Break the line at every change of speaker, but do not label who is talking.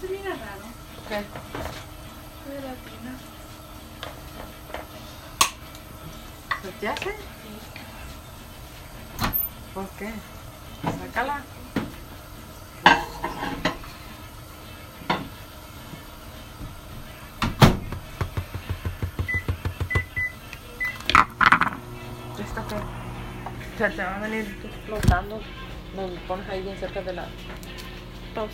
se mira raro.
¿Qué?
Vale la pena.
¿Sorteaste?
Sí.
¿Por qué? Sácala. ¿Esto qué? O sea, te va a venir explotando. Lo pones ahí bien cerca de la...